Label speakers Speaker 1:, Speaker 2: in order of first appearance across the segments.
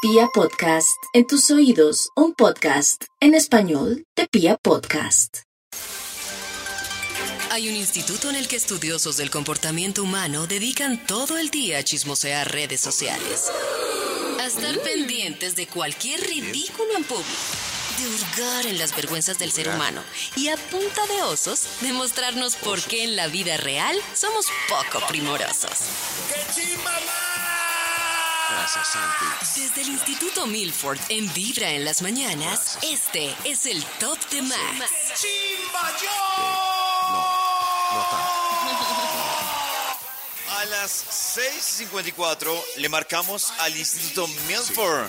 Speaker 1: Pia Podcast, en tus oídos, un podcast en español de Pia Podcast.
Speaker 2: Hay un instituto en el que estudiosos del comportamiento humano dedican todo el día a chismosear redes sociales. A estar pendientes de cualquier ridículo en público. De hurgar en las vergüenzas del ser humano. Y a punta de osos, demostrarnos por qué en la vida real somos poco primorosos.
Speaker 3: Gracias, Santi.
Speaker 2: Desde el Instituto Milford en Vibra en las mañanas, este es el Top de Max.
Speaker 3: No tanto.
Speaker 4: A las 6.54 le marcamos al Instituto Milford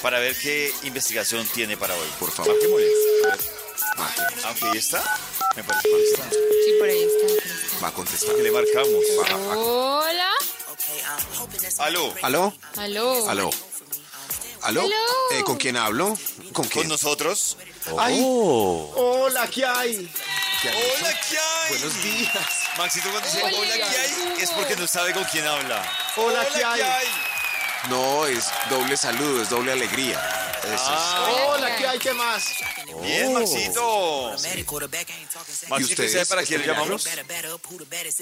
Speaker 4: para ver qué investigación tiene para hoy.
Speaker 3: Por favor.
Speaker 4: Marquémosle.
Speaker 3: Marque.
Speaker 4: Aunque ahí está, me parece que está.
Speaker 5: Sí, por ahí está. por ahí
Speaker 3: Va a contestar.
Speaker 4: Que le marcamos.
Speaker 3: Va,
Speaker 5: está.
Speaker 3: va.
Speaker 5: Hola.
Speaker 4: Aló,
Speaker 3: ¿Aló?
Speaker 5: Aló.
Speaker 3: ¿Aló? ¿Aló?
Speaker 5: Aló.
Speaker 3: Eh, ¿Con quién hablo? ¿Con
Speaker 4: con
Speaker 3: quién?
Speaker 4: nosotros.
Speaker 3: Ay,
Speaker 6: Hola, ¿qué hay?
Speaker 3: ¿qué hago?
Speaker 4: Hola, ¿qué hay?
Speaker 3: Buenos días.
Speaker 4: Maxito cuando dice
Speaker 5: Hola,
Speaker 4: hola, ¿qué hay?
Speaker 5: Hugo.
Speaker 4: Es porque no sabe con quién habla.
Speaker 6: Hola, ¿qué hay?
Speaker 3: No, es doble saludo, es doble alegría.
Speaker 4: Ah,
Speaker 3: Eso
Speaker 6: Hola, ¿qué hay? ¿Qué más?
Speaker 4: Bien, Maxito.
Speaker 3: ¿Y
Speaker 4: Maxito,
Speaker 3: ustedes?
Speaker 4: ¿sabe para quién le
Speaker 3: ¿Este milagro?
Speaker 4: llamamos?
Speaker 3: es.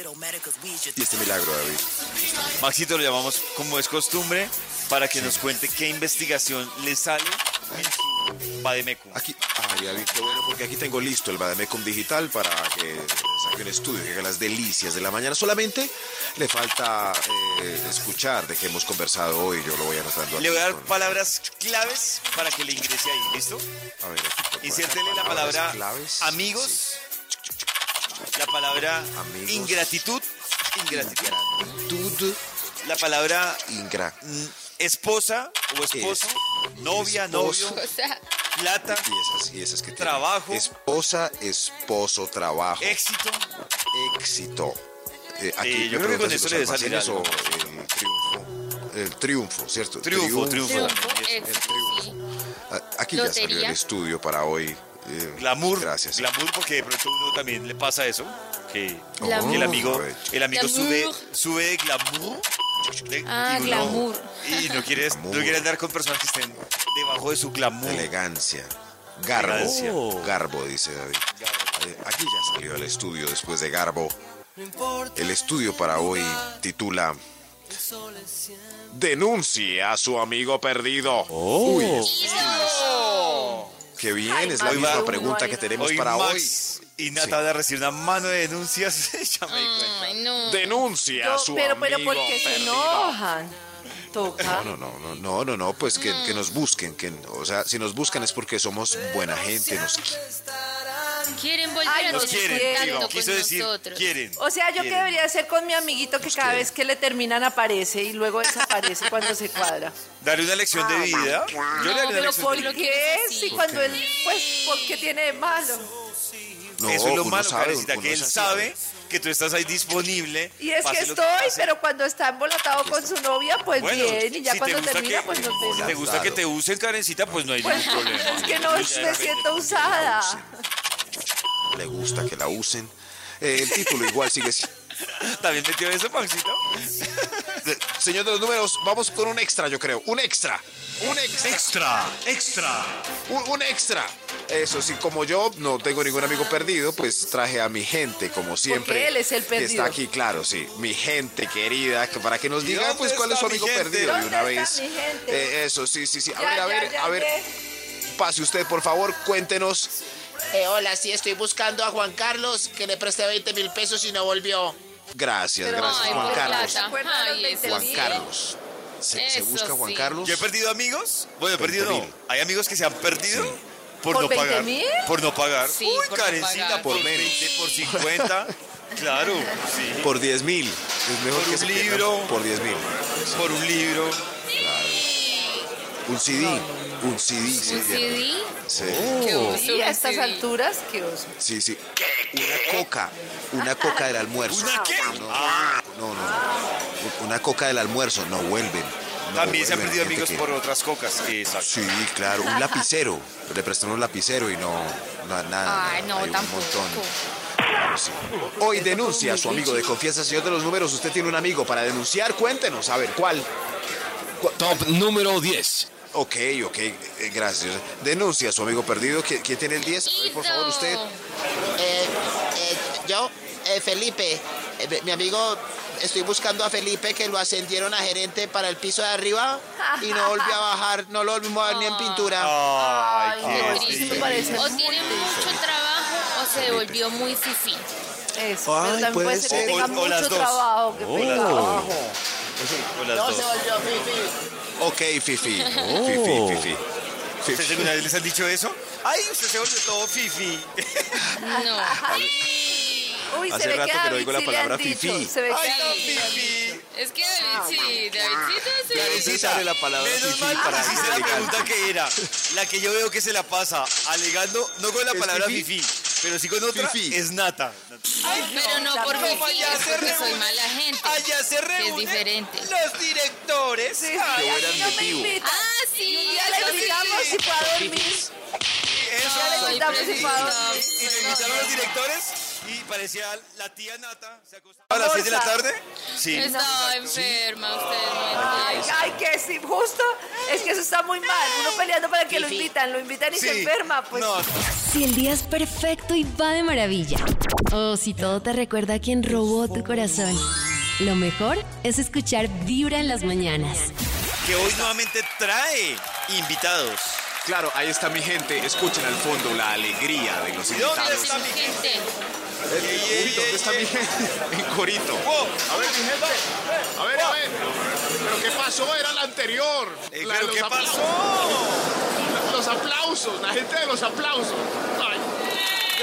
Speaker 3: Y este milagro, David.
Speaker 4: Maxito lo llamamos, como es costumbre, para que nos cuente qué investigación le sale en su Bademecum.
Speaker 3: Aquí, ay, David, qué bueno, porque aquí tengo listo el Bademecum Digital para que saque un estudio, que haga las delicias de la mañana. Solamente le falta eh, escuchar de qué hemos conversado hoy. Yo lo voy anotando
Speaker 4: Le voy a dar
Speaker 3: con-
Speaker 4: palabras claves para que le ingrese ahí, ¿listo?
Speaker 3: A ver, aquí por acá,
Speaker 4: Insértele la
Speaker 3: palabras
Speaker 4: palabra
Speaker 3: claves. Sí.
Speaker 4: amigos, la palabra
Speaker 3: Amigos.
Speaker 4: ingratitud, ingratitud,
Speaker 3: Tud
Speaker 4: la palabra
Speaker 3: ingra.
Speaker 4: mm, esposa o esposo, novia,
Speaker 3: Esposo.
Speaker 4: novio,
Speaker 5: O sea,
Speaker 4: plata,
Speaker 3: Y esas, y esas que tiene.
Speaker 4: Trabajo.
Speaker 3: Esposa, esposo, trabajo.
Speaker 4: éxito.
Speaker 3: éxito. Eh, aquí
Speaker 4: Eh, yo
Speaker 3: me
Speaker 4: creo que con
Speaker 3: preguntan si
Speaker 4: eso
Speaker 3: los
Speaker 4: le sale
Speaker 3: almacenes o
Speaker 4: algo.
Speaker 3: el triunfo. El triunfo, ¿cierto?
Speaker 4: Triunfo, triunfo.
Speaker 5: triunfo,
Speaker 4: Eso.
Speaker 5: éxito, sí.
Speaker 3: Ah, Aquí ya
Speaker 5: Lotería.
Speaker 3: salió el estudio para hoy. eh,
Speaker 4: Glamour,
Speaker 3: Gracias.
Speaker 4: glamour porque de pronto a uno también le pasa eso, que
Speaker 3: Oh,
Speaker 5: Glamour.
Speaker 4: el amigo,
Speaker 3: aprovecho.
Speaker 4: el amigo sube,
Speaker 5: Glamour.
Speaker 4: sube de glamour. de-
Speaker 5: Ah,
Speaker 4: y uno-
Speaker 5: glamour.
Speaker 4: Y no quiere, no
Speaker 3: Glamour.
Speaker 4: quiere andar con personas que estén debajo de su glamour.
Speaker 3: Elegancia. Garbo.
Speaker 4: Elegancia.
Speaker 3: Garbo, dice David. Eh, Aquí ya salió el estudio después de Garbo. El estudio para hoy titula Denuncie a su amigo perdido. Uy, es- qué bien, es la
Speaker 4: Hoy va-
Speaker 3: misma pregunta que tenemos
Speaker 4: Hoy
Speaker 3: para
Speaker 4: Max y Nata van a recibir una mano de denuncias. ya me di cuenta.
Speaker 5: Ay, no.
Speaker 3: hoy. Denuncie a su
Speaker 7: pero,
Speaker 3: amigo
Speaker 7: pero porque se
Speaker 3: perdido.
Speaker 7: enojan. Toca.
Speaker 3: No, no, no, no, no, no, pues que, que nos busquen, que, o sea, si nos buscan es porque somos buena gente, nos qui-
Speaker 5: Quieren volver
Speaker 7: Ay,
Speaker 5: a
Speaker 7: no
Speaker 4: Nos
Speaker 5: tener
Speaker 4: quieren,
Speaker 7: quieren.
Speaker 5: contacto
Speaker 4: digo,
Speaker 5: con
Speaker 4: quiso decir,
Speaker 5: nosotros.
Speaker 4: quieren.
Speaker 7: O sea, yo qué
Speaker 4: quieren.
Speaker 7: debería hacer con mi amiguito que cada vez que le terminan aparece y luego desaparece cuando se cuadra.
Speaker 4: Darle una lección de vida. Yo le
Speaker 5: No,
Speaker 4: daré una
Speaker 5: pero
Speaker 4: lección
Speaker 7: ah, ¿Por
Speaker 4: de vida.
Speaker 5: lo que
Speaker 7: qué?
Speaker 5: es así.
Speaker 7: Si cuando él, pues, porque tiene de malo?
Speaker 3: No,
Speaker 4: Eso es lo
Speaker 3: uno
Speaker 4: malo,
Speaker 3: sabe,
Speaker 4: Karencita,
Speaker 3: uno
Speaker 4: que él
Speaker 3: es así,
Speaker 4: sabe que tú estás ahí disponible.
Speaker 7: Y es que
Speaker 4: pase lo
Speaker 7: estoy,
Speaker 4: pase.
Speaker 7: pero cuando está embolatado con su novia, pues
Speaker 4: Bueno,
Speaker 7: bien, y ya
Speaker 4: si te
Speaker 7: cuando
Speaker 4: gusta
Speaker 7: termina,
Speaker 4: que-
Speaker 7: pues nos
Speaker 4: Si
Speaker 7: vemos.
Speaker 4: te gusta que te usen, Karencita, pues no hay
Speaker 7: Pues,
Speaker 4: ningún problema.
Speaker 7: es que no
Speaker 4: Yo ya
Speaker 7: me
Speaker 4: de
Speaker 7: siento
Speaker 4: repente-
Speaker 7: usada.
Speaker 3: Le gusta que la usen. Eh, el título igual sigue si-
Speaker 4: ¿También metió eso, Maxito?
Speaker 3: Eh, Señor de los números, vamos con un extra, yo creo. Un extra. Un extra.
Speaker 4: Extra, extra.
Speaker 3: Un, un extra. Eso sí, como yo no tengo ningún amigo perdido, pues traje a mi gente, como siempre.
Speaker 7: él es el
Speaker 3: que
Speaker 7: perdido.
Speaker 3: Está aquí, claro, sí. Mi gente querida, que para que nos
Speaker 4: ¿Y
Speaker 3: diga,
Speaker 4: dónde
Speaker 3: pues, cuál es su
Speaker 4: está mi
Speaker 3: amigo
Speaker 4: gente?
Speaker 3: perdido de
Speaker 7: ¿Dónde
Speaker 3: una vez.
Speaker 7: está mi gente?
Speaker 3: Eh, eso, sí, sí, sí. A
Speaker 7: Ya,
Speaker 3: ver, a
Speaker 7: ya,
Speaker 3: ver,
Speaker 7: ya,
Speaker 3: a ver.
Speaker 7: ya.
Speaker 3: Pase usted, por favor, cuéntenos.
Speaker 8: Eh, hola, sí, estoy buscando a Juan Carlos, que le presté 20 mil pesos y no volvió.
Speaker 3: Gracias,
Speaker 7: Pero-
Speaker 3: gracias,
Speaker 5: Ay,
Speaker 3: Juan
Speaker 5: por
Speaker 3: Carlos.
Speaker 5: plata.
Speaker 7: Recuerda los
Speaker 5: Ay, eso
Speaker 7: 20.000.
Speaker 3: Juan
Speaker 7: Sí.
Speaker 3: Carlos. Se, se
Speaker 5: Eso
Speaker 3: busca Juan
Speaker 5: sí.
Speaker 3: Carlos.
Speaker 4: ¿Yo he perdido amigos? Bueno, he perdido no.
Speaker 3: 20.000.
Speaker 4: Hay amigos que se han perdido por,
Speaker 7: ¿Por
Speaker 4: no pagar.
Speaker 7: 20.000?
Speaker 4: Por no pagar.
Speaker 5: Sí,
Speaker 4: Uy,
Speaker 5: por no
Speaker 4: Karencita,
Speaker 5: pagar.
Speaker 4: por
Speaker 3: Por menos.
Speaker 4: 20, por 50. claro, sí.
Speaker 3: Por 10 mil. Es mejor
Speaker 4: Por
Speaker 3: que
Speaker 4: un
Speaker 3: se pierdan
Speaker 4: libro.
Speaker 3: Por 10 mil.
Speaker 4: Por un libro.
Speaker 3: Un CD. Un CD. se
Speaker 5: ¿Un
Speaker 3: pierde.
Speaker 5: CD?
Speaker 3: Sí.
Speaker 4: Oh.
Speaker 5: Qué oso,
Speaker 7: Y
Speaker 5: un
Speaker 7: a estas
Speaker 5: CD.
Speaker 7: alturas, qué oso.
Speaker 3: sí, sí. Una coca. Una coca del almuerzo.
Speaker 4: ¿Una qué? Ah.
Speaker 3: No, no, no, no. Una coca del almuerzo. No vuelven. No
Speaker 4: También se han perdido
Speaker 3: vuelven. Gente
Speaker 4: amigos
Speaker 3: que-
Speaker 4: por otras cocas. Exacto.
Speaker 3: Sí, claro. Un lapicero. Le prestaron un lapicero y no. no, nada.
Speaker 5: Ay, no,
Speaker 3: hay
Speaker 5: tampoco.
Speaker 3: Un montón. Claro, sí. Hoy denuncia a su amigo de confianza, señor de los números. Usted tiene un amigo para denunciar. Cuéntenos, a ver, ¿cuál?
Speaker 9: Top número 10.
Speaker 3: Ok, ok, eh, gracias. Denuncia a su amigo perdido. ¿Qui- ¿Quién tiene el 10? A ver, por favor, usted.
Speaker 8: Eh, eh, yo, eh, Felipe, eh, mi- mi amigo, estoy buscando a Felipe que lo ascendieron a gerente para el piso de arriba y no volvió a bajar, no lo volvimos a ver ni en pintura.
Speaker 4: Ay,
Speaker 5: Ah. Ay,
Speaker 4: qué
Speaker 5: no,
Speaker 7: triste.
Speaker 4: triste.
Speaker 7: me parece
Speaker 5: O
Speaker 7: muy
Speaker 5: tiene mucho trabajo o se volvió muy fifí.
Speaker 7: Eso,
Speaker 3: Ay,
Speaker 7: pero también
Speaker 3: puede
Speaker 7: puede ser que
Speaker 3: ser.
Speaker 7: tenga
Speaker 4: O- o las
Speaker 7: mucho
Speaker 4: dos.
Speaker 7: trabajo, que
Speaker 4: O
Speaker 7: tenga
Speaker 4: las dos.
Speaker 7: trabajo.
Speaker 4: O las
Speaker 8: No
Speaker 4: dos.
Speaker 8: se volvió, Fifi.
Speaker 3: Ok, Fifi. Fifi, Fifi.
Speaker 4: ¿Ustedes alguna vez les han dicho eso? Ay, usted se volvió todo fifi.
Speaker 5: No.
Speaker 7: Uy,
Speaker 3: Hace
Speaker 7: se ve
Speaker 3: rato
Speaker 7: que
Speaker 3: que no
Speaker 7: a David
Speaker 3: digo la
Speaker 7: sí le
Speaker 3: palabra
Speaker 7: han dicho.
Speaker 3: fifí.
Speaker 7: Se ve
Speaker 4: Ay,
Speaker 7: que
Speaker 4: tan fifi.
Speaker 5: Es que David sí, Davidcito sí.
Speaker 3: Usted sabe la palabra
Speaker 4: Menos
Speaker 3: fifí
Speaker 4: mal
Speaker 3: para
Speaker 4: que sí
Speaker 3: ser
Speaker 4: sé la
Speaker 3: elegante.
Speaker 4: pregunta que era. La que yo veo que se la pasa alegando, no con la
Speaker 3: ¿Es
Speaker 4: palabra
Speaker 3: fifí?
Speaker 4: fifi, pero sí con otra,
Speaker 3: Fifí.
Speaker 4: es nata.
Speaker 5: Pero no por
Speaker 7: tampoco.
Speaker 5: fifí,
Speaker 4: Allá
Speaker 5: es
Speaker 4: se
Speaker 5: porque soy
Speaker 4: reúnen.
Speaker 5: mala gente.
Speaker 4: Allá se
Speaker 5: que es
Speaker 4: reúnen
Speaker 5: diferente.
Speaker 4: los directores.
Speaker 7: sí.
Speaker 4: Ay,
Speaker 7: Ay, a mí no me
Speaker 3: admitivo.
Speaker 7: invitan.
Speaker 5: Ah, sí.
Speaker 7: Ya
Speaker 5: eso
Speaker 7: le
Speaker 5: sí.
Speaker 7: invitamos si pueda dormir.
Speaker 4: eso.
Speaker 5: Ya
Speaker 7: le invitamos y fue a dormir.
Speaker 4: Y le invitaron a los directores y parecía la tía Nata. Se acostaba a las 6 de la
Speaker 7: Almorzar.
Speaker 4: tarde. Sí.
Speaker 5: Estaba enferma usted. no
Speaker 7: Ay, ay, que es injusto. Es que eso está muy mal. Uno peleando para que lo invitan, lo invitan y se
Speaker 4: Sí.
Speaker 7: enferma. Pues
Speaker 4: No,
Speaker 9: Si el día es perfecto y va de maravilla.
Speaker 2: Oh,
Speaker 9: O si todo te recuerda a quien robó tu corazón. Lo mejor es escuchar Vibra en las mañanas.
Speaker 4: que hoy nuevamente trae invitados.
Speaker 3: Claro, ahí está mi gente. Escuchen al fondo la alegría de los
Speaker 4: ¿Y dónde
Speaker 3: invitados.
Speaker 4: está mi
Speaker 5: entiendo.
Speaker 4: gente?
Speaker 5: Gente,
Speaker 3: Uy, ¿dónde está mi gente? En Corito.
Speaker 4: Oh,
Speaker 6: A ver, mi gente. A ver, a ver. ¿Pero qué pasó? Era la anterior.
Speaker 4: eh,
Speaker 6: La de
Speaker 4: ¿Pero
Speaker 6: los
Speaker 4: qué
Speaker 6: aplausos.
Speaker 4: pasó?
Speaker 6: Los aplausos, la gente de los aplausos. Ay,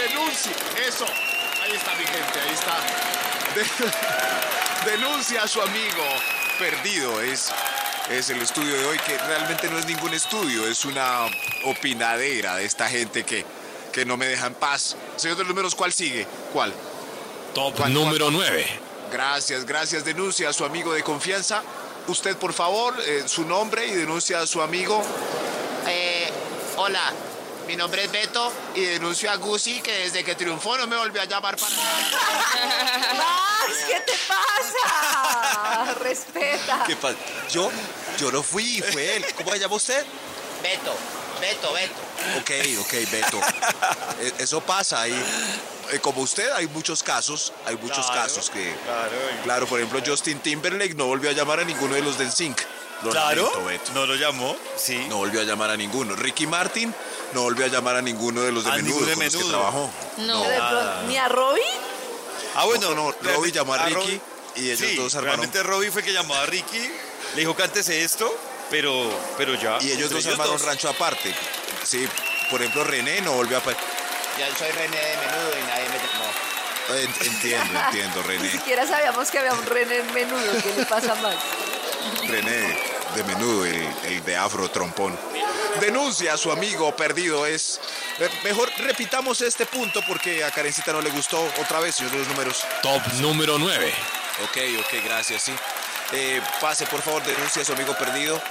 Speaker 6: denuncie, eso. Ahí está mi gente, ahí está.
Speaker 3: De- denuncia a su amigo perdido. Es, es el estudio de hoy que realmente no es ningún estudio, es una opinadera de esta gente que, que no me deja en paz. Señor de los números, ¿cuál sigue? ¿Cuál?
Speaker 10: Top
Speaker 3: ¿Cuál,
Speaker 10: número 9.
Speaker 3: Gracias, gracias. Denuncia a su amigo de confianza. Usted, por favor, eh, su nombre y denuncia a su amigo.
Speaker 8: Eh, hola, mi nombre es Beto y denuncio a Gucci que desde que triunfó no me volvió a llamar para nada.
Speaker 7: Max, ¿qué te pasa? Respeta.
Speaker 3: ¿Qué pasa? Yo, yo no fui, fue él. ¿Cómo se llama usted?
Speaker 8: Beto, Beto, Beto.
Speaker 3: Ok, ok, Beto. E- Eso pasa ahí. Eh, Como usted, hay muchos casos, hay muchos
Speaker 4: Claro,
Speaker 3: casos que...
Speaker 4: claro.
Speaker 3: Claro, por ejemplo, Justin Timberlake no volvió a llamar a ninguno de los del Sync. Lo
Speaker 4: Claro.
Speaker 3: lamento, Beto.
Speaker 4: No lo llamó. Sí.
Speaker 3: No volvió a llamar a ninguno. Ricky Martin no volvió a llamar a ninguno de los de
Speaker 4: A
Speaker 3: menudo,
Speaker 4: ninguno de
Speaker 3: con los que
Speaker 4: Menudo.
Speaker 3: trabajó.
Speaker 5: no.
Speaker 7: De pronto, Ni a Robbie.
Speaker 4: Ah,
Speaker 3: No, no,
Speaker 4: realmente-
Speaker 3: Robbie llamó a Ricky
Speaker 4: Robbie-
Speaker 3: y ellos
Speaker 4: Sí,
Speaker 3: dos armaron-
Speaker 4: Realmente Robbie fue el que llamó a Ricky, le dijo cántese esto, pero, pero ya.
Speaker 3: Y ellos
Speaker 4: entre
Speaker 3: dos armaron
Speaker 4: dos.
Speaker 3: rancho aparte. Sí, por ejemplo, René no volvió a... pa-
Speaker 8: Ya soy René de menudo y nadie me llamó.
Speaker 3: Eh, En- Entiendo, entiendo,
Speaker 7: Ni
Speaker 3: René.
Speaker 7: siquiera sabíamos que había un René en menudo. ¿Qué le pasa más?
Speaker 3: René, de menudo, el, el de afro trompón. Denuncia a su amigo perdido es... eh, Mejor repitamos este punto porque a Karencita no le gustó otra vez, señor de los números.
Speaker 10: Top número 9.
Speaker 3: Ok, ok, gracias, sí. Eh, pase, por favor, denuncia a su amigo perdido.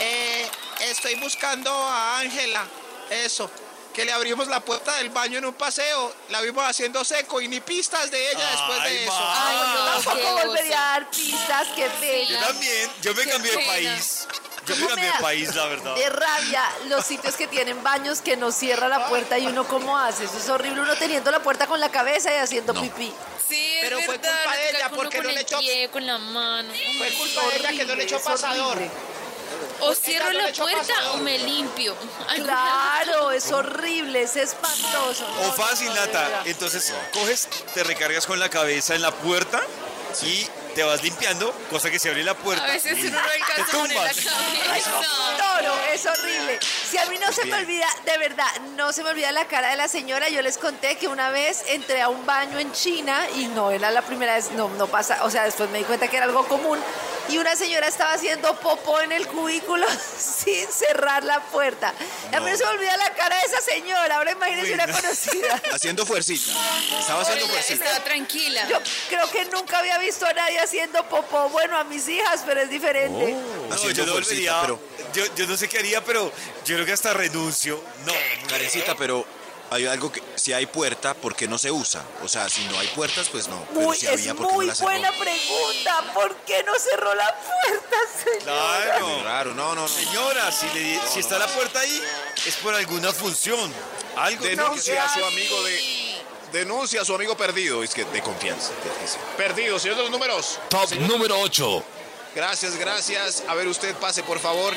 Speaker 8: Eh, estoy buscando a Ángela. Eso. Que le abrimos la puerta del baño en un paseo. La vimos haciendo seco y ni pistas de ella después
Speaker 4: Ay,
Speaker 8: de eso.
Speaker 4: va.
Speaker 5: Ay, no, qué
Speaker 7: Tampoco volvería
Speaker 5: oso.
Speaker 7: a dar pistas. Qué
Speaker 4: Yo
Speaker 7: pena.
Speaker 4: también, yo me
Speaker 5: Qué
Speaker 4: cambié de
Speaker 5: pena.
Speaker 4: país. Yo me
Speaker 7: ¿Cómo
Speaker 4: cambié
Speaker 7: me
Speaker 4: de
Speaker 7: da-
Speaker 4: país, la verdad.
Speaker 7: De rabia, los sitios que tienen baños que no cierra la puerta y uno cómo hace. Eso es horrible, uno teniendo la puerta con la cabeza y haciendo pipí.
Speaker 5: Sí, es
Speaker 8: Pero fue
Speaker 5: verdad,
Speaker 8: culpa
Speaker 5: le
Speaker 8: de
Speaker 5: toca
Speaker 8: ella,
Speaker 5: uno
Speaker 8: porque
Speaker 5: con
Speaker 8: no le
Speaker 5: el
Speaker 8: echó-
Speaker 5: pie, con la mano.
Speaker 8: Fue culpa de ella que no le echó
Speaker 7: Horrible, es
Speaker 8: pasador.
Speaker 7: horrible.
Speaker 5: O cierro
Speaker 8: no le
Speaker 5: la
Speaker 8: echó
Speaker 5: puerta
Speaker 8: pasador.
Speaker 5: o me limpio.
Speaker 7: Claro, es horrible, es espantoso. No,
Speaker 4: O fácil,
Speaker 7: no, no, de
Speaker 4: Nata.
Speaker 7: verdad.
Speaker 4: Entonces coges, te recargas con la cabeza en la puerta y te vas limpiando, cosa que se abre la puerta.
Speaker 5: A veces
Speaker 4: y
Speaker 5: uno no
Speaker 4: te
Speaker 5: alcanza a poner la
Speaker 4: tumbas.
Speaker 5: cabeza.
Speaker 7: Toro, es horrible. Si a mí no se me olvida, de verdad, no se me olvida la cara de la señora. Yo les conté que una vez entré a un baño en China y no era la primera vez, no, no pasa, o sea, después me di cuenta que era algo común. Y una señora estaba haciendo popó en el cubículo sin cerrar la puerta. Y a mí no se me olvida la cara de esa señora. Ahora imagínense una conocida.
Speaker 3: Haciendo fuercita. Estaba
Speaker 5: Pero ella
Speaker 3: haciendo
Speaker 8: este-
Speaker 3: fuercita.
Speaker 5: Estaba tranquila.
Speaker 7: Yo creo que nunca había visto a nadie haciendo popó. Bueno, a mis hijas, pero es diferente.
Speaker 3: Oh,
Speaker 4: No,
Speaker 3: Haciendo
Speaker 4: yo no volvería.
Speaker 3: fuercita, pero...
Speaker 4: Yo, yo no sé qué haría, pero yo creo que hasta renuncio. No,
Speaker 3: Karencita, pero hay algo que, si hay puerta, ¿por qué no se usa? O sea, si no hay puertas, pues no. Pero
Speaker 7: Muy,
Speaker 3: si
Speaker 7: es
Speaker 3: había, ¿por qué no
Speaker 7: muy
Speaker 3: la cerró?
Speaker 7: buena pregunta. ¿Por qué no cerró la puerta, señora?
Speaker 4: Claro.
Speaker 3: Claro, no, no, no.
Speaker 4: Señora, si, le- si está la puerta ahí, es por alguna función. Algo
Speaker 3: Denuncia a su amigo de. Denuncia a su amigo perdido. Es que de confianza. tiene que ser.
Speaker 6: Perdido, señor de los números.
Speaker 10: Top número 8.
Speaker 3: Gracias, gracias. A ver, usted pase, por favor.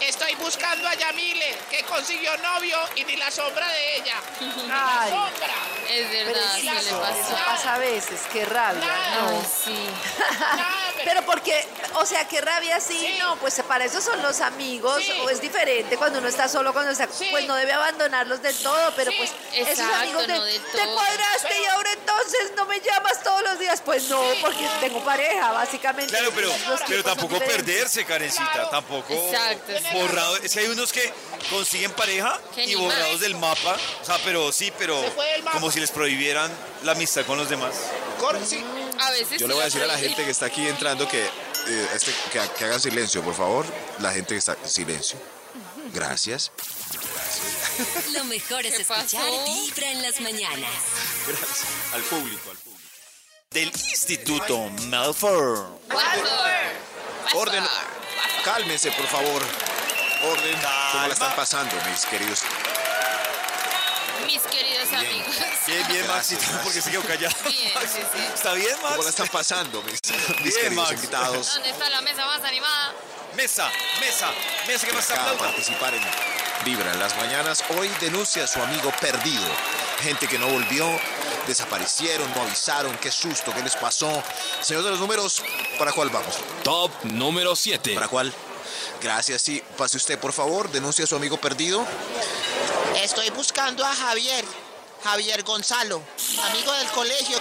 Speaker 11: Estoy buscando a Yamile, que consiguió novio y ni la sombra de ella. Ni la
Speaker 7: Ay.
Speaker 11: sombra.
Speaker 5: Es verdad, sí
Speaker 7: Pero
Speaker 5: le
Speaker 7: eso, eso
Speaker 5: pasó.
Speaker 7: pasa a veces, qué rabia.
Speaker 5: Ay,
Speaker 7: No.
Speaker 5: sí.
Speaker 7: Pero porque, o sea, qué rabia sí, no, pues para eso son los amigos,
Speaker 5: Sí.
Speaker 7: o es diferente cuando uno está solo, cuando está, pues no debe abandonarlos del todo, pero
Speaker 5: Sí.
Speaker 7: pues esos
Speaker 5: Exacto,
Speaker 7: amigos de,
Speaker 5: no del
Speaker 7: te
Speaker 5: todo".
Speaker 7: cuadraste y ahora entonces no me llamas todos los días, pues no, porque tengo pareja, básicamente.
Speaker 4: Claro, pero,
Speaker 7: Los tiempos
Speaker 4: pero
Speaker 7: son
Speaker 4: tampoco
Speaker 7: diferentes.
Speaker 4: perderse, Karencita. Tampoco
Speaker 5: Exacto, sí.
Speaker 4: borrado. Es que hay unos que consiguen pareja
Speaker 5: Que
Speaker 4: y
Speaker 5: ni
Speaker 4: borrados
Speaker 5: más.
Speaker 4: del mapa. O sea, pero sí, pero
Speaker 11: Se fue del mapa.
Speaker 4: como si les prohibieran la amistad con los demás.
Speaker 8: Corre, sí.
Speaker 5: A veces
Speaker 3: Yo
Speaker 5: sí
Speaker 3: le voy
Speaker 5: lo
Speaker 3: a decir a la
Speaker 5: prohíben.
Speaker 3: gente que está aquí entrando que, eh, este, que, que hagan silencio, por favor. La gente que está. Silencio. Gracias.
Speaker 2: Lo mejor es
Speaker 5: ¿Qué
Speaker 2: escuchar
Speaker 5: pasó?
Speaker 2: Vibra en las mañanas.
Speaker 3: Gracias. Al público, al público.
Speaker 4: Del Instituto Malfour.
Speaker 3: Orden. Cálmense, por favor. Orden. ¿Cómo la están
Speaker 4: Calma.
Speaker 3: pasando, mis queridos?
Speaker 5: Mis queridos amigos.
Speaker 4: Bien, bien,
Speaker 3: Gracias,
Speaker 4: Maxito,
Speaker 3: gracias.
Speaker 4: porque se quedó callado.
Speaker 5: Bien,
Speaker 4: Max,
Speaker 5: sí, sí.
Speaker 4: ¿Está bien,
Speaker 3: ¿Cómo la
Speaker 4: Max?
Speaker 3: están pasando, mis, mis
Speaker 4: Bien,
Speaker 3: queridos
Speaker 4: Max.
Speaker 3: invitados?
Speaker 5: ¿Dónde está la mesa más animada?
Speaker 4: Mesa, mesa, mesa que más
Speaker 3: Acá a
Speaker 4: aplauda.
Speaker 3: participar en Vibra en las mañanas. Hoy denuncia a su amigo perdido. Gente que no volvió, desaparecieron, no avisaron. Qué susto, qué les pasó. Señor de los números, ¿para cuál vamos?
Speaker 10: Top número 7.
Speaker 3: ¿Para cuál? Gracias, sí. Pase usted, por favor. Denuncia a su amigo perdido.
Speaker 8: Estoy buscando a Javier, Javier Gonzalo, amigo del colegio,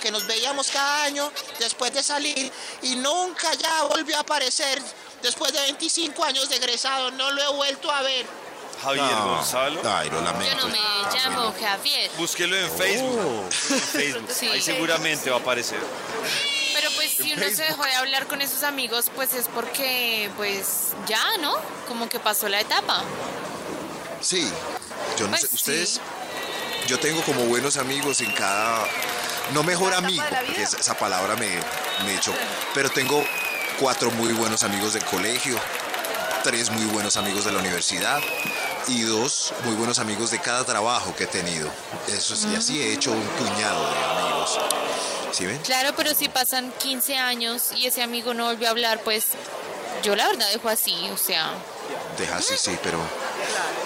Speaker 8: que nos veíamos cada año después de salir y nunca ya volvió a aparecer. Después de 25 años de egresado, no lo he vuelto a ver.
Speaker 4: Javier
Speaker 3: No.
Speaker 4: Gonzalo.
Speaker 3: Ay, lo lamento.
Speaker 5: Yo no me
Speaker 3: Ah,
Speaker 5: llamo
Speaker 3: bueno.
Speaker 5: Javier.
Speaker 4: Búsquelo en Facebook. En Facebook.
Speaker 5: Sí.
Speaker 4: Ahí seguramente va a aparecer.
Speaker 5: Pero pues si uno se dejó de hablar con esos amigos, pues es porque, pues ya, ¿no? Como que pasó la etapa.
Speaker 3: Sí. Yo no
Speaker 5: Pues
Speaker 3: sé,
Speaker 5: sí.
Speaker 3: ustedes. Yo tengo como buenos amigos en cada. No mejor
Speaker 7: Cada etapa
Speaker 3: amigo,
Speaker 7: de la
Speaker 3: porque
Speaker 7: vida.
Speaker 3: esa, esa palabra me, me chocó. Pero tengo cuatro muy buenos amigos del colegio, tres muy buenos amigos de la universidad y dos muy buenos amigos de cada trabajo que he tenido. Eso es, y así he hecho un puñado de amigos. ¿Sí ven?
Speaker 5: Claro, pero si pasan 15 años y ese amigo no volvió a hablar, pues yo la verdad dejo así, o sea,
Speaker 3: Deja sí, sí, pero.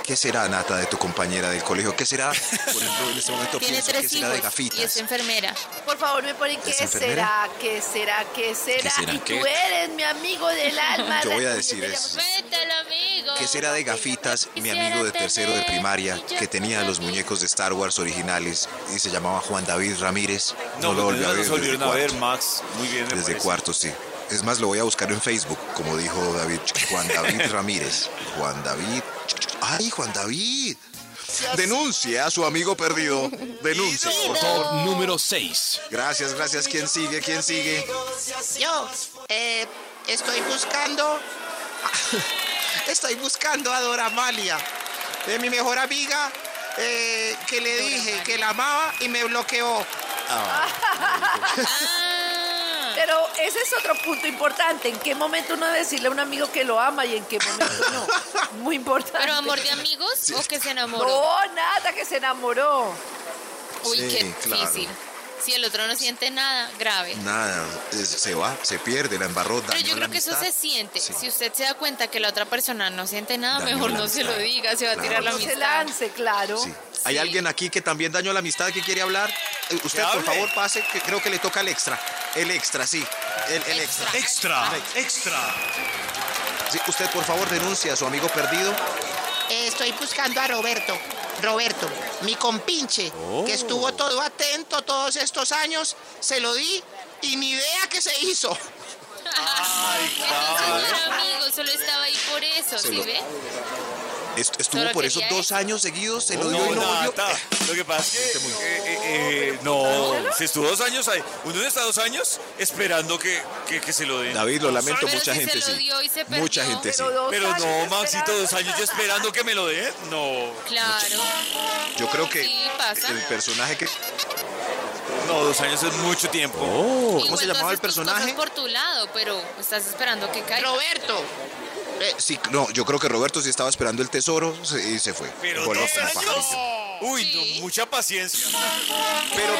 Speaker 3: ¿Qué será, Nata, de tu compañera del colegio? ¿Qué será? Por ejemplo, en este momento
Speaker 5: tiene
Speaker 3: pienso, ¿qué
Speaker 5: tres
Speaker 3: será de
Speaker 5: hijos
Speaker 3: gafitas?
Speaker 5: y es enfermera.
Speaker 7: Por favor, me ponen qué
Speaker 3: ¿Es
Speaker 7: será,
Speaker 3: enfermera?
Speaker 7: qué será, qué será.
Speaker 3: será?
Speaker 7: Y tú
Speaker 3: ¿Qué?
Speaker 7: eres mi amigo del alma.
Speaker 3: Yo voy a
Speaker 7: La-
Speaker 3: decir eso.
Speaker 5: Vete al amigo.
Speaker 3: ¿Qué será de gafitas mi amigo de tercero de primaria que tenía los muñecos de Star Wars originales y se llamaba Juan David Ramírez?
Speaker 4: No, pues, no,
Speaker 3: volvió
Speaker 4: no, nos
Speaker 3: desde
Speaker 4: volvieron a
Speaker 3: cuarto.
Speaker 4: ver, Max. Muy bien, me
Speaker 3: Desde
Speaker 4: parece.
Speaker 3: cuarto, sí. Es más, lo voy a buscar en Facebook, como dijo David. Juan David Ramírez. Juan David. ¡Ay, Juan David! Denuncia a su amigo perdido. Denuncia, por favor.
Speaker 10: Top número 6.
Speaker 3: Gracias, gracias. ¿Quién sigue? ¿Quién sigue?
Speaker 8: Yo eh, estoy buscando. Estoy buscando a Dora Amalia, de mi mejor amiga, eh, que le dije que la amaba y me bloqueó.
Speaker 3: Ah,
Speaker 5: Ah.
Speaker 7: Pero ese es otro punto importante. ¿En qué momento uno debe decirle a un amigo que lo ama y en qué momento no? Muy importante.
Speaker 5: Pero amor de amigos o que se enamoró.
Speaker 7: No, nada, que se enamoró.
Speaker 5: Uy,
Speaker 3: Sí,
Speaker 5: qué
Speaker 3: claro.
Speaker 5: difícil. Si el otro no siente nada, grave.
Speaker 3: Nada, es- se va, se pierde, la embarró,
Speaker 5: Pero
Speaker 3: dañó
Speaker 5: yo
Speaker 3: la
Speaker 5: creo que eso
Speaker 3: amistad.
Speaker 5: se siente.
Speaker 3: Sí.
Speaker 5: Si usted se da cuenta que la otra persona no siente nada,
Speaker 3: Dañó
Speaker 5: mejor
Speaker 3: la
Speaker 5: no se lo
Speaker 3: amistad.
Speaker 5: diga, se va a
Speaker 3: Claro.
Speaker 5: tirar la
Speaker 7: No se
Speaker 5: amistad.
Speaker 7: lance, claro.
Speaker 3: Sí. ¿Hay alguien aquí que también dañó la amistad que quiere hablar? Eh, Usted, por
Speaker 4: hable.
Speaker 3: favor, pase, que creo que le toca el extra. El extra, sí. El, el extra.
Speaker 10: Extra, extra.
Speaker 3: Sí, usted, por favor, denuncia a su amigo perdido.
Speaker 8: Eh, estoy buscando a Roberto. Roberto, mi compinche, que estuvo todo atento todos estos años, se lo di y ni idea que se hizo.
Speaker 5: Entonces no era amigo, solo estaba ahí por eso,
Speaker 3: Se
Speaker 5: ¿sí
Speaker 3: lo-
Speaker 5: ve?
Speaker 3: Est- estuvo
Speaker 12: Solo
Speaker 3: por eso
Speaker 12: quería
Speaker 3: dos
Speaker 12: eso.
Speaker 3: años seguidos, se lo
Speaker 12: No,
Speaker 3: dio y no
Speaker 12: nada,
Speaker 3: volvió.
Speaker 12: ta. Lo que pasa es que. eh, eh, eh, no, se estuvo dos años ahí. Uno está dos años esperando que, que, que se lo den.
Speaker 3: David, lo lamento,
Speaker 5: Pero
Speaker 3: mucha
Speaker 5: si
Speaker 3: gente
Speaker 5: se lo
Speaker 3: sí.
Speaker 5: dio y se perdió.
Speaker 3: Mucha gente sí.
Speaker 12: Pero no, Maxito, dos años yo esperando que me lo den. No.
Speaker 5: Claro.
Speaker 3: Yo creo que
Speaker 5: Sí, pasa.
Speaker 3: el personaje que.
Speaker 12: No, dos años es mucho tiempo.
Speaker 3: Oh, ¿Cómo se llamaba el personaje?
Speaker 5: por tu lado, pero estás esperando que caiga.
Speaker 13: Roberto.
Speaker 3: Eh, sí, no, yo creo que Roberto sí estaba esperando el tesoro se- y se fue.
Speaker 12: Pero
Speaker 3: Voló
Speaker 12: dos
Speaker 3: como
Speaker 12: años.
Speaker 3: pajarito.
Speaker 12: Uy, no, mucha paciencia.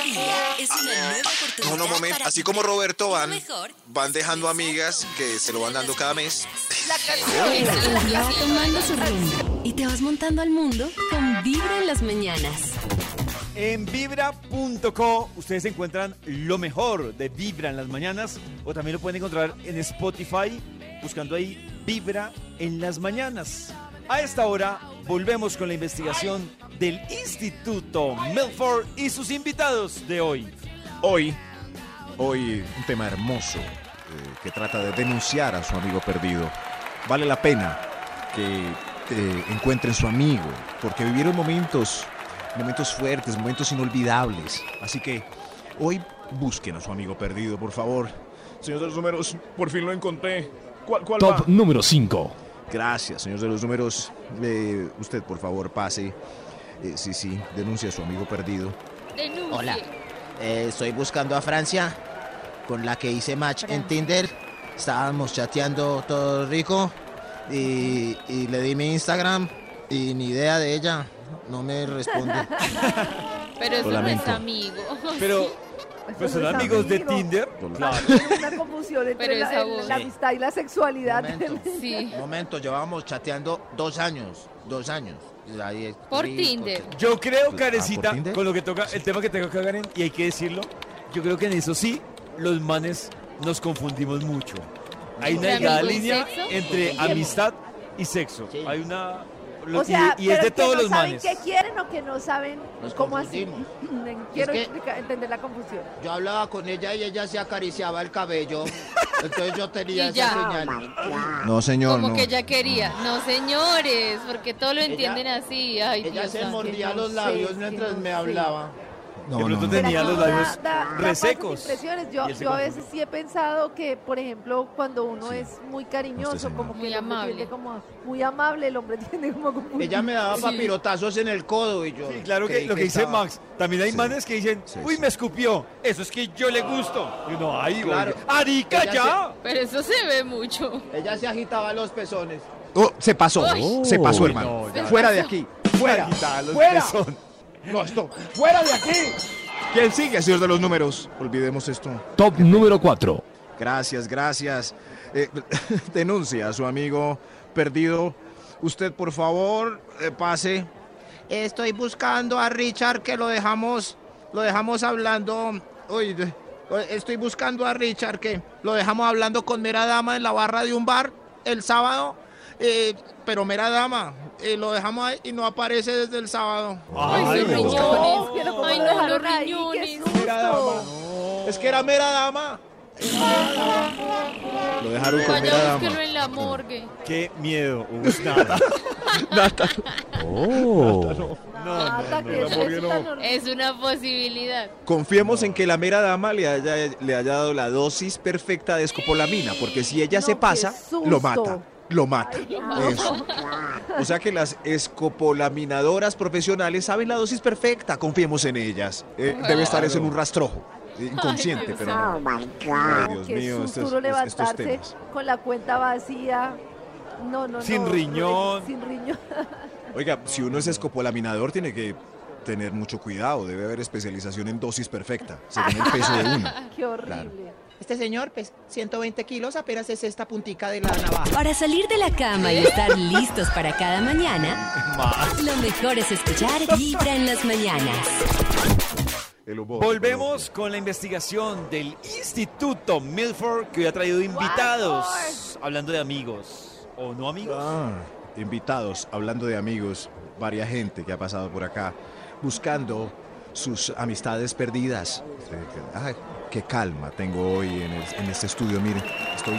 Speaker 14: Día es una nueva oportunidad
Speaker 3: No, no, momento.
Speaker 14: para
Speaker 3: Así como Roberto van,
Speaker 14: mejor.
Speaker 3: van dejando amigas que se lo van dando cada mes.
Speaker 7: La
Speaker 2: El día va tomando su rumbo y te vas montando al mundo con Vibra en las mañanas.
Speaker 4: En vibra.co ustedes encuentran lo mejor de Vibra en las mañanas o también lo pueden encontrar en Spotify buscando ahí Vibra en las mañanas. A esta hora volvemos con la investigación del Instituto Milford y sus invitados de hoy.
Speaker 15: Hoy, hoy un tema hermoso eh, que trata de denunciar a su amigo perdido. Vale la pena que eh, encuentren su amigo, porque vivieron momentos, momentos fuertes, momentos inolvidables. Así que hoy busquen a su amigo perdido, por favor. Señor de los números, por fin lo encontré. ¿Cuál, cuál
Speaker 16: Top número 5.
Speaker 15: Gracias, señor de los números. Eh, usted, por favor, pase. Eh, sí, sí, denuncia a su amigo perdido.
Speaker 8: Hola, eh, estoy buscando a Francia, con la que hice match en Tinder. Estábamos chateando todo rico y, y le di mi Instagram y ni idea de ella. No me responde.
Speaker 5: Pero eso
Speaker 8: Lo
Speaker 5: no es
Speaker 8: lamento.
Speaker 5: amigo.
Speaker 4: Pero, pues son amigos de Tinder. Claro.
Speaker 7: Es una confusión entre
Speaker 5: Pero
Speaker 7: la,
Speaker 5: esa
Speaker 7: el-
Speaker 5: voz.
Speaker 7: la
Speaker 8: Sí.
Speaker 7: amistad y la sexualidad.
Speaker 8: Un Momento, llevábamos chateando dos años, dos años. Y ahí es- sí, porque-
Speaker 4: Yo creo,
Speaker 8: ¿por
Speaker 4: Carecita,
Speaker 8: Tinder?
Speaker 4: con lo que toca, el tema que tengo que hablar, en- y hay que decirlo, yo creo que en eso sí, los manes nos confundimos mucho. Hay una
Speaker 17: ¿Entre
Speaker 4: delgada
Speaker 17: amigo y
Speaker 4: línea
Speaker 17: sexo?
Speaker 4: entre
Speaker 17: Confundimos.
Speaker 4: amistad y sexo. Hay una... lo-
Speaker 7: O
Speaker 4: y-
Speaker 7: sea,
Speaker 4: y, es de
Speaker 7: pero que
Speaker 4: todos
Speaker 7: no
Speaker 4: los
Speaker 7: saben
Speaker 4: manes.
Speaker 7: qué quieren o que no saben
Speaker 8: Nos
Speaker 7: cómo así. Quiero
Speaker 8: Es que-
Speaker 7: explica- entender la confusión.
Speaker 8: Yo hablaba con ella y ella se acariciaba el cabello. Entonces yo tenía
Speaker 5: Y
Speaker 8: esa
Speaker 5: ya.
Speaker 8: señal.
Speaker 15: No, señor,
Speaker 5: Como
Speaker 15: no.
Speaker 5: que ella quería. No, señores, porque todo lo entienden así. Ay,
Speaker 8: Ella
Speaker 5: Dios
Speaker 8: se
Speaker 5: santo.
Speaker 8: mordía los labios mientras me hablaba.
Speaker 4: De pronto
Speaker 15: no.
Speaker 4: tenía los labios
Speaker 7: Da- da- da falsas
Speaker 4: resecos.
Speaker 7: impresiones. Yo,
Speaker 4: Y él se
Speaker 7: yo a
Speaker 4: confunde.
Speaker 7: veces sí he pensado que, por ejemplo, cuando uno es muy cariñoso, como que
Speaker 5: Muy
Speaker 7: el hombre
Speaker 5: amable.
Speaker 7: tiende como a- muy amable, el hombre tiene como a confundir.
Speaker 8: Ella me daba papirotazos en el codo y yo.
Speaker 4: Sí, claro que
Speaker 8: creí
Speaker 4: lo que dice
Speaker 8: estaba-
Speaker 4: Max, también hay manes que dicen, uy, me escupió, eso es que yo le gusto. Y uno, ay,
Speaker 8: Claro.
Speaker 4: oiga, ¡Arica
Speaker 8: Ella
Speaker 4: ya!
Speaker 5: Pero eso se ve mucho.
Speaker 8: Ella se agitaba los pezones.
Speaker 15: Oh, se pasó,
Speaker 8: Ay.
Speaker 15: se pasó,
Speaker 8: Uy,
Speaker 15: hermano.
Speaker 8: no, ya.
Speaker 15: Fuera de aquí, fuera,
Speaker 4: los
Speaker 15: fuera.
Speaker 4: pezones.
Speaker 15: No, esto, fuera de aquí. ¿Quién sigue, señor de los números? Olvidemos esto.
Speaker 16: Top número 4.
Speaker 15: Gracias, gracias. Eh, denuncia a su amigo perdido. Usted, por favor, eh, pase.
Speaker 8: Estoy buscando a Richard que lo dejamos, lo dejamos hablando. Uy, de- uy, estoy buscando a Richard que lo dejamos hablando con mera dama en la barra de un bar el sábado. eh, pero mera dama, eh, lo dejamos ahí y no aparece desde el sábado.
Speaker 4: Ay,
Speaker 7: no.
Speaker 4: no.
Speaker 7: Pero como
Speaker 5: Ay,
Speaker 7: lo
Speaker 5: no,
Speaker 7: dejaron
Speaker 5: los
Speaker 7: ahí, qué
Speaker 5: riñones.
Speaker 7: susto.
Speaker 8: Es que era mera dama.
Speaker 15: Lo dejaron con mera
Speaker 5: Vaya,
Speaker 15: Pues dama.
Speaker 5: búsquelo en la morgue.
Speaker 4: Qué miedo, Uy, nada.
Speaker 15: Oh.
Speaker 5: Nata,
Speaker 15: que no, eso porque es tan
Speaker 5: Es una posibilidad.
Speaker 15: Confiemos en que la mera dama le haya, le haya dado la dosis perfecta de escopolamina, porque si ella se pasa, lo mata, lo mata. Eso. O sea que las escopolaminadoras profesionales saben la dosis perfecta, confiemos en ellas. Eh, debe estar eso en un rastrojo, eh, inconsciente,
Speaker 7: Ay,
Speaker 15: pero
Speaker 7: Dios
Speaker 15: no. Ay, Dios
Speaker 7: Qué
Speaker 15: mío,
Speaker 7: susto
Speaker 15: estos,
Speaker 7: uno
Speaker 15: es- estos
Speaker 7: levantarse
Speaker 15: temas.
Speaker 7: con la cuenta vacía. No, no,
Speaker 15: Sin
Speaker 7: no,
Speaker 15: riñón.
Speaker 7: Sin riñón.
Speaker 15: Oiga, si uno es escopolaminador, tiene que tener mucho cuidado, debe haber especialización en dosis perfecta, según el peso de uno.
Speaker 7: Qué horrible.
Speaker 8: Este señor, pues, 120 kilos, apenas es esta puntica de la navaja.
Speaker 2: Para salir de la cama y estar listos para cada mañana, lo mejor es escuchar Vibra en las mañanas.
Speaker 4: Volvemos con la investigación del Instituto Milford que hoy ha traído invitados hablando de amigos o no amigos.
Speaker 15: Ah, invitados, hablando de amigos, varia gente que ha pasado por acá, buscando sus amistades perdidas. Eh, que- Ay, qué calma tengo hoy en, el- en este estudio, miren, estoy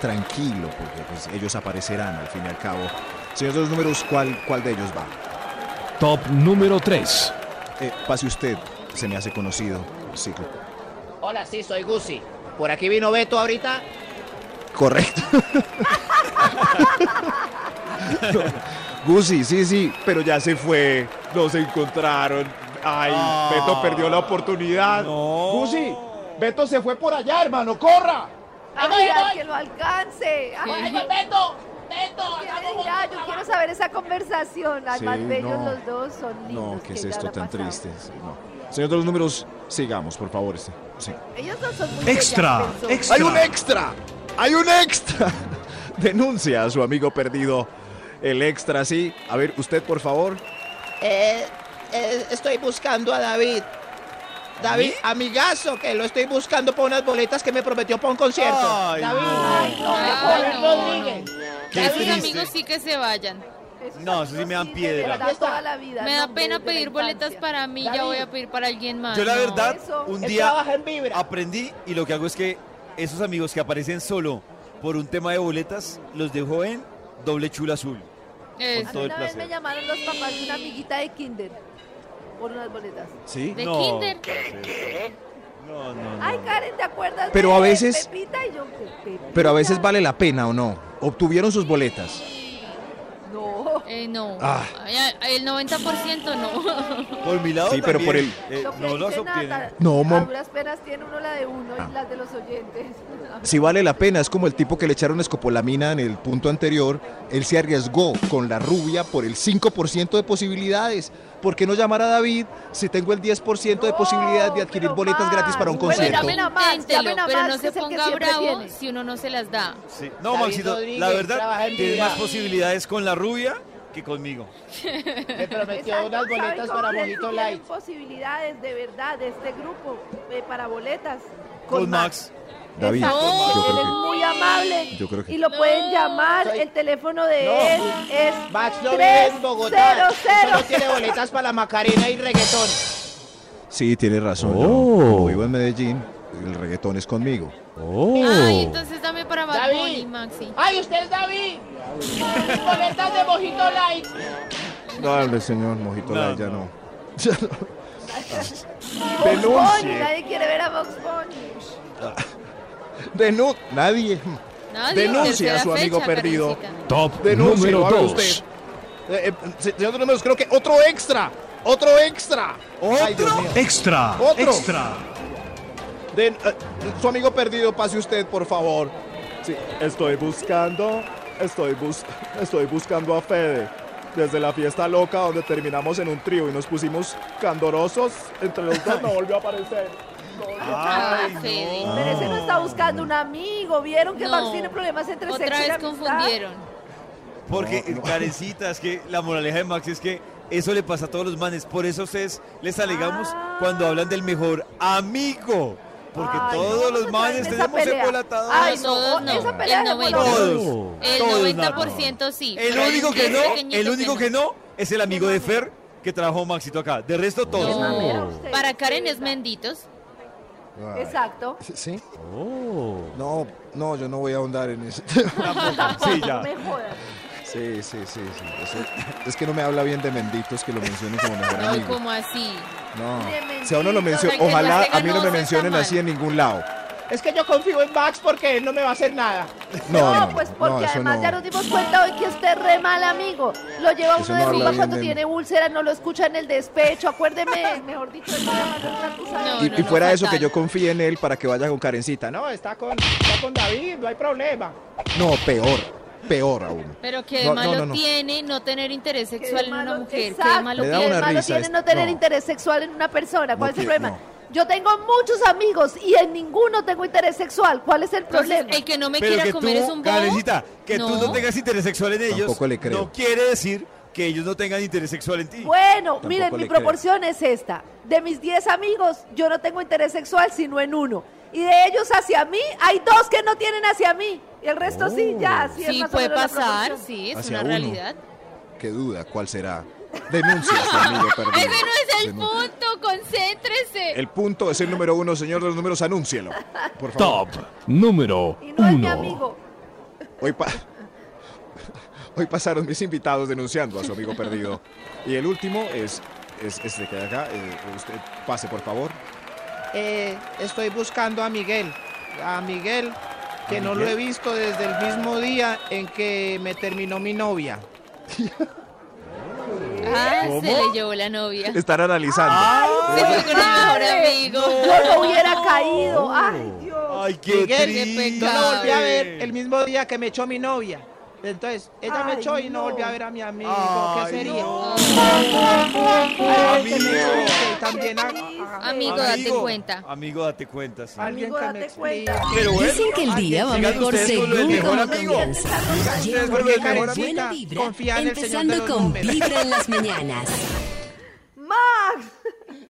Speaker 15: tranquilo porque pues, ellos aparecerán al fin y al cabo. Señor de los números, ¿cuál, cuál de ellos va? Eh,
Speaker 10: Top número 3.
Speaker 15: pase usted, se me hace conocido. Sí, cl-
Speaker 18: Hola, sí, soy Gusi. Por aquí vino Beto ahorita.
Speaker 15: correcto. No, Gusi, sí, sí, pero ya se fue. No se encontraron. Ay, Beto perdió la oportunidad. Gusi, Beto se fue por allá, hermano, corra.
Speaker 7: Ay, ya, que lo alcance. Ay,
Speaker 18: Ay,
Speaker 7: Beto,
Speaker 18: Beto, Beto,
Speaker 7: hagamos Ya, yo quiero saber esa conversación. Al
Speaker 15: Sí,
Speaker 7: más bellos
Speaker 15: no.
Speaker 7: los dos son lindos.
Speaker 15: No, ¿qué es
Speaker 7: ya
Speaker 15: esto
Speaker 7: la
Speaker 15: tan
Speaker 7: pasamos.
Speaker 15: triste? Sí, no. Señor de los números, sigamos, por favor. sí, sí.
Speaker 7: Ellos dos son muy
Speaker 15: Extra,
Speaker 7: bellas personas.
Speaker 15: extra. Hay un extra. Hay un extra. Denuncia a su amigo perdido. El extra, sí. A ver, usted, por favor.
Speaker 8: Eh, eh, estoy buscando a David. David, amigazo, que lo estoy buscando por unas boletas que me prometió para un concierto.
Speaker 11: Ay,
Speaker 8: David,
Speaker 11: Ay,
Speaker 5: no,
Speaker 8: David
Speaker 5: no, no.
Speaker 8: Rodríguez.
Speaker 19: Qué
Speaker 5: Ya mis
Speaker 19: triste.
Speaker 5: amigos sí que se vayan.
Speaker 19: No, eso sí me dan
Speaker 7: Verdad,
Speaker 19: piedra.
Speaker 7: toda la vida.
Speaker 5: Me da
Speaker 7: no,
Speaker 5: pena
Speaker 7: desde la
Speaker 5: pedir boletas para mí, ya
Speaker 7: David.
Speaker 5: voy a pedir para alguien más.
Speaker 19: Yo la
Speaker 5: no.
Speaker 19: verdad, un
Speaker 5: Él
Speaker 4: Oh,
Speaker 19: día
Speaker 5: trabaja
Speaker 8: Ah,
Speaker 19: aprendí y lo que hago es que esos amigos que aparecen solo por un tema de boletas, los dejo en doble chula azul.
Speaker 7: A
Speaker 5: eh,
Speaker 19: Con
Speaker 7: mí
Speaker 19: todo el
Speaker 7: una vez me
Speaker 19: placer.
Speaker 7: llamaron los papás de una amiguita de kinder por unas boletas.
Speaker 19: ¿Sí?
Speaker 7: ¿De
Speaker 19: no.
Speaker 7: kinder?
Speaker 19: ¿Qué? No, no, no.
Speaker 7: Ay, Karen, ¿te acuerdas?
Speaker 15: Pero
Speaker 7: de
Speaker 15: a veces-
Speaker 7: Pepita? Y yo, "Pe- Pepita".
Speaker 15: Pero a veces vale la pena o no. Obtuvieron sus boletas.
Speaker 7: No.
Speaker 5: Eh, no.
Speaker 15: Ah.
Speaker 5: Ay, ay, El 90% no.
Speaker 19: Por mi lado
Speaker 15: Sí, pero
Speaker 19: también,
Speaker 15: por el-
Speaker 19: eh,
Speaker 7: Lo que
Speaker 19: no los
Speaker 7: dice
Speaker 19: obtiene.
Speaker 7: Nata,
Speaker 15: No,
Speaker 7: A
Speaker 15: mom. Ah.
Speaker 7: duras penas tiene uno la de uno y las de los oyentes.
Speaker 15: Si vale la pena, es como el tipo que le echaron escopolamina en el punto anterior. Él se arriesgó con la rubia por el 5% de posibilidades. ¿Por qué no llamar a David si tengo el 10% de posibilidad de adquirir boletas gratis para un
Speaker 5: Bueno,
Speaker 15: concierto?
Speaker 5: llamen-
Speaker 7: Max,
Speaker 5: inténtelo,
Speaker 7: llamen a
Speaker 5: pero
Speaker 7: Max,
Speaker 5: no
Speaker 7: que
Speaker 5: se
Speaker 7: es el que
Speaker 5: ponga
Speaker 7: siempre
Speaker 5: bravo
Speaker 7: tiene.
Speaker 5: si uno no se las da.
Speaker 19: Sí. No,
Speaker 5: David
Speaker 19: Maxito, la
Speaker 5: Rodríguez, trabaja
Speaker 19: verdad
Speaker 5: en
Speaker 19: tienes
Speaker 5: vida.
Speaker 19: más posibilidades con la rubia que conmigo.
Speaker 8: Me prometió
Speaker 7: Exacto,
Speaker 8: unas boletas
Speaker 7: ¿saben
Speaker 8: para
Speaker 7: ustedes
Speaker 8: Mojito
Speaker 7: si tienen
Speaker 8: Light.
Speaker 7: posibilidades de verdad de este grupo eh, para boletas.
Speaker 19: Con Max.
Speaker 15: David,
Speaker 7: Exacto,
Speaker 15: yo creo
Speaker 7: él es
Speaker 15: que-
Speaker 7: muy amable.
Speaker 15: yo creo que-
Speaker 7: Y lo pueden llamar. El teléfono de él es
Speaker 8: Max no vive
Speaker 7: 300.
Speaker 8: en Bogotá. Solo tiene boletas para la Macarena y reggaetón.
Speaker 15: Sí, tiene razón. ¿no? Como vivo en Medellín, el reggaetón es conmigo.
Speaker 5: Ay, entonces dame para Bad
Speaker 8: David.
Speaker 5: Bunny, Maxi.
Speaker 18: Ay, usted es David. Boletas de Mojito Light.
Speaker 15: No, hombre, señor, Mojito Light, ya no. Ya no.
Speaker 7: Vox Bunny,
Speaker 15: Denuncie.
Speaker 7: Nadie quiere ver a Vox Bunny.
Speaker 15: Denu- nadie.
Speaker 7: Nadie.
Speaker 15: Denuncia a
Speaker 7: Tercera
Speaker 15: su amigo
Speaker 7: fecha,
Speaker 15: perdido.
Speaker 7: Karencita.
Speaker 10: Top
Speaker 15: Denuncie,
Speaker 10: número
Speaker 15: hable
Speaker 10: 2.
Speaker 15: usted. Eh, eh, se- señor de números, creo que otro extra. Otro extra. ¿Otro?
Speaker 10: Extra.
Speaker 15: Otro.
Speaker 10: Extra.
Speaker 15: Den- eh, su amigo perdido, pase usted, por favor. Sí, estoy buscando, estoy, bus- estoy buscando a Fede. Desde la fiesta loca donde terminamos en un trío y nos pusimos candorosos, entre los dos no volvió a aparecer.
Speaker 7: Ay, Pero ese no está buscando un amigo. ¿Vieron que
Speaker 5: No.
Speaker 7: Max tiene problemas entre
Speaker 5: Otra
Speaker 7: sexo y
Speaker 5: vez
Speaker 7: amistad?
Speaker 5: confundieron.
Speaker 7: Ah.
Speaker 19: Porque, Karencita, es que la moraleja de Max es que eso le pasa a todos los manes. Por eso ustedes les alegamos cuando hablan del mejor amigo. Porque
Speaker 7: Ah. Ay,
Speaker 19: todos
Speaker 7: no,
Speaker 19: los
Speaker 7: no,
Speaker 19: manes
Speaker 7: esa
Speaker 19: tenemos
Speaker 7: pelea.
Speaker 19: embolatadores.
Speaker 7: Ay, no,
Speaker 5: Todos no.
Speaker 7: esa pelea
Speaker 5: el
Speaker 7: de
Speaker 5: 90%.
Speaker 19: Todos,
Speaker 5: El
Speaker 19: todos,
Speaker 5: 90% sí.
Speaker 19: El
Speaker 5: Pero hay
Speaker 19: único
Speaker 5: un
Speaker 19: que no,
Speaker 5: pequeñito
Speaker 19: el único que no es el amigo de Fer que trabajó Maxito acá. De resto, todos.
Speaker 5: no. Para Karen es Menditos.
Speaker 7: Exacto.
Speaker 15: ¿Sí?
Speaker 10: Oh.
Speaker 15: No, no, yo no voy a ahondar en eso. sí,
Speaker 7: No me jodas.
Speaker 15: Sí, sí, sí. Eso- es que no me habla bien de Menditos que lo mencionen como mejor
Speaker 5: No,
Speaker 15: amigo.
Speaker 5: como así.
Speaker 15: No,
Speaker 5: de
Speaker 15: si a uno lo
Speaker 5: Menditos,
Speaker 15: menciona,
Speaker 5: el que
Speaker 15: ojalá
Speaker 5: más se
Speaker 15: a mí no
Speaker 5: ganó
Speaker 15: me
Speaker 5: está
Speaker 15: mencionen
Speaker 5: mal.
Speaker 15: así en ningún lado.
Speaker 8: Es que yo confío en Max porque él no me va a hacer nada.
Speaker 15: No, no,
Speaker 7: No, pues
Speaker 15: no,
Speaker 7: porque
Speaker 15: eso
Speaker 7: además
Speaker 15: no.
Speaker 7: ya nos dimos cuenta hoy que usted es re mal amigo. Lo lleva
Speaker 15: Eso
Speaker 7: uno de
Speaker 15: no habla
Speaker 7: rumba
Speaker 15: bien
Speaker 7: cuando
Speaker 15: de mí.
Speaker 7: tiene úlcera, no lo escucha en el despecho. Acuérdeme, mejor dicho, de una manera cruzada.
Speaker 15: y, y fuera eso, que yo confíe en él para que vaya con Karencita. No,
Speaker 8: No, está con, está con David, no hay problema.
Speaker 15: no peor, peor aún.
Speaker 5: Pero que de
Speaker 15: No, no,
Speaker 5: malo
Speaker 15: no, no.
Speaker 5: tiene no tener interés sexual en una mujer. Que de
Speaker 7: Exacto.
Speaker 5: malo
Speaker 15: Me da
Speaker 5: tiene.
Speaker 15: una
Speaker 7: El malo
Speaker 15: risa
Speaker 7: tiene
Speaker 15: es-
Speaker 7: no tener
Speaker 15: no.
Speaker 7: interés sexual en una persona. ¿Cuál
Speaker 15: No
Speaker 7: es el
Speaker 15: quiero-
Speaker 7: problema? Yo tengo muchos amigos y en ninguno tengo interés sexual. ¿Cuál es el
Speaker 5: Entonces,
Speaker 7: problema?
Speaker 5: el que no me
Speaker 19: Pero
Speaker 5: quiera
Speaker 19: que
Speaker 5: comer es
Speaker 19: tú,
Speaker 5: un bobo.
Speaker 19: Karencita, que tú no
Speaker 5: No.
Speaker 19: tengas interés sexual en ellos,
Speaker 15: Tampoco le creo.
Speaker 19: no quiere decir que ellos no tengan interés sexual en ti.
Speaker 7: Bueno,
Speaker 19: Tampoco
Speaker 7: miren,
Speaker 19: le
Speaker 7: mi
Speaker 19: creo.
Speaker 7: proporción es esta. De mis 10 amigos, yo no tengo interés sexual sino en uno. Y de ellos hacia mí, hay dos que no tienen hacia mí. Y el resto sí, ya.
Speaker 15: Oh.
Speaker 7: Así es
Speaker 5: Sí,
Speaker 7: más o
Speaker 5: puede
Speaker 7: menos la
Speaker 5: pasar,
Speaker 7: proporción.
Speaker 5: sí, es
Speaker 15: Hacia
Speaker 5: una
Speaker 15: uno.
Speaker 5: realidad.
Speaker 15: Qué duda, ¿cuál será? Denuncia a su amigo perdido.
Speaker 5: Ese no es
Speaker 15: Denun-
Speaker 5: el punto, concéntrese.
Speaker 15: El punto es el número uno, señor de los números, anúncielo. Por favor.
Speaker 10: Top número
Speaker 7: Y no es mi
Speaker 10: 1.
Speaker 7: amigo.
Speaker 15: Hoy, pa- Hoy pasaron mis invitados denunciando a su amigo perdido. Y el último es, es este que hay acá. eh, usted pase, por favor.
Speaker 8: Eh, estoy buscando a Miguel. A Miguel, que
Speaker 15: ¿A
Speaker 8: no lo
Speaker 15: Miguel?
Speaker 8: he visto desde el mismo día en que me terminó mi novia.
Speaker 5: Ah, se
Speaker 15: ¿Cómo?
Speaker 5: le llevó la novia.
Speaker 15: Están analizando.
Speaker 5: Se fue con el mejor
Speaker 7: ¡Madre!
Speaker 5: amigo.
Speaker 7: Yo no hubiera caído. Ay,
Speaker 15: Oh. Ay,
Speaker 8: qué Miguel,
Speaker 5: triste.
Speaker 8: No lo volví a ver el mismo día que me echó mi novia. Entonces, ella me
Speaker 5: Ay,
Speaker 8: echó y no
Speaker 5: no.
Speaker 8: volví a ver a mi amigo.
Speaker 5: Ay,
Speaker 8: ¿Qué sería?
Speaker 5: Ay,
Speaker 8: Ay, que me explique y también a-
Speaker 5: Amigo, date
Speaker 4: Amigo,
Speaker 5: cuenta.
Speaker 4: Amigo, date cuenta. sí.
Speaker 8: Amigo, date
Speaker 5: cuenta.
Speaker 4: Pero bueno,
Speaker 2: Dicen que el día va
Speaker 4: sigan
Speaker 2: mejor
Speaker 4: ustedes con lo del
Speaker 2: según
Speaker 4: mejor
Speaker 2: como
Speaker 4: amigo.
Speaker 2: comienza.
Speaker 4: Sigan ustedes
Speaker 2: Lleva
Speaker 4: con lo del
Speaker 2: una
Speaker 4: mejor
Speaker 2: buena
Speaker 4: amigo.
Speaker 2: vibra, empezando con Vibra en las mañanas.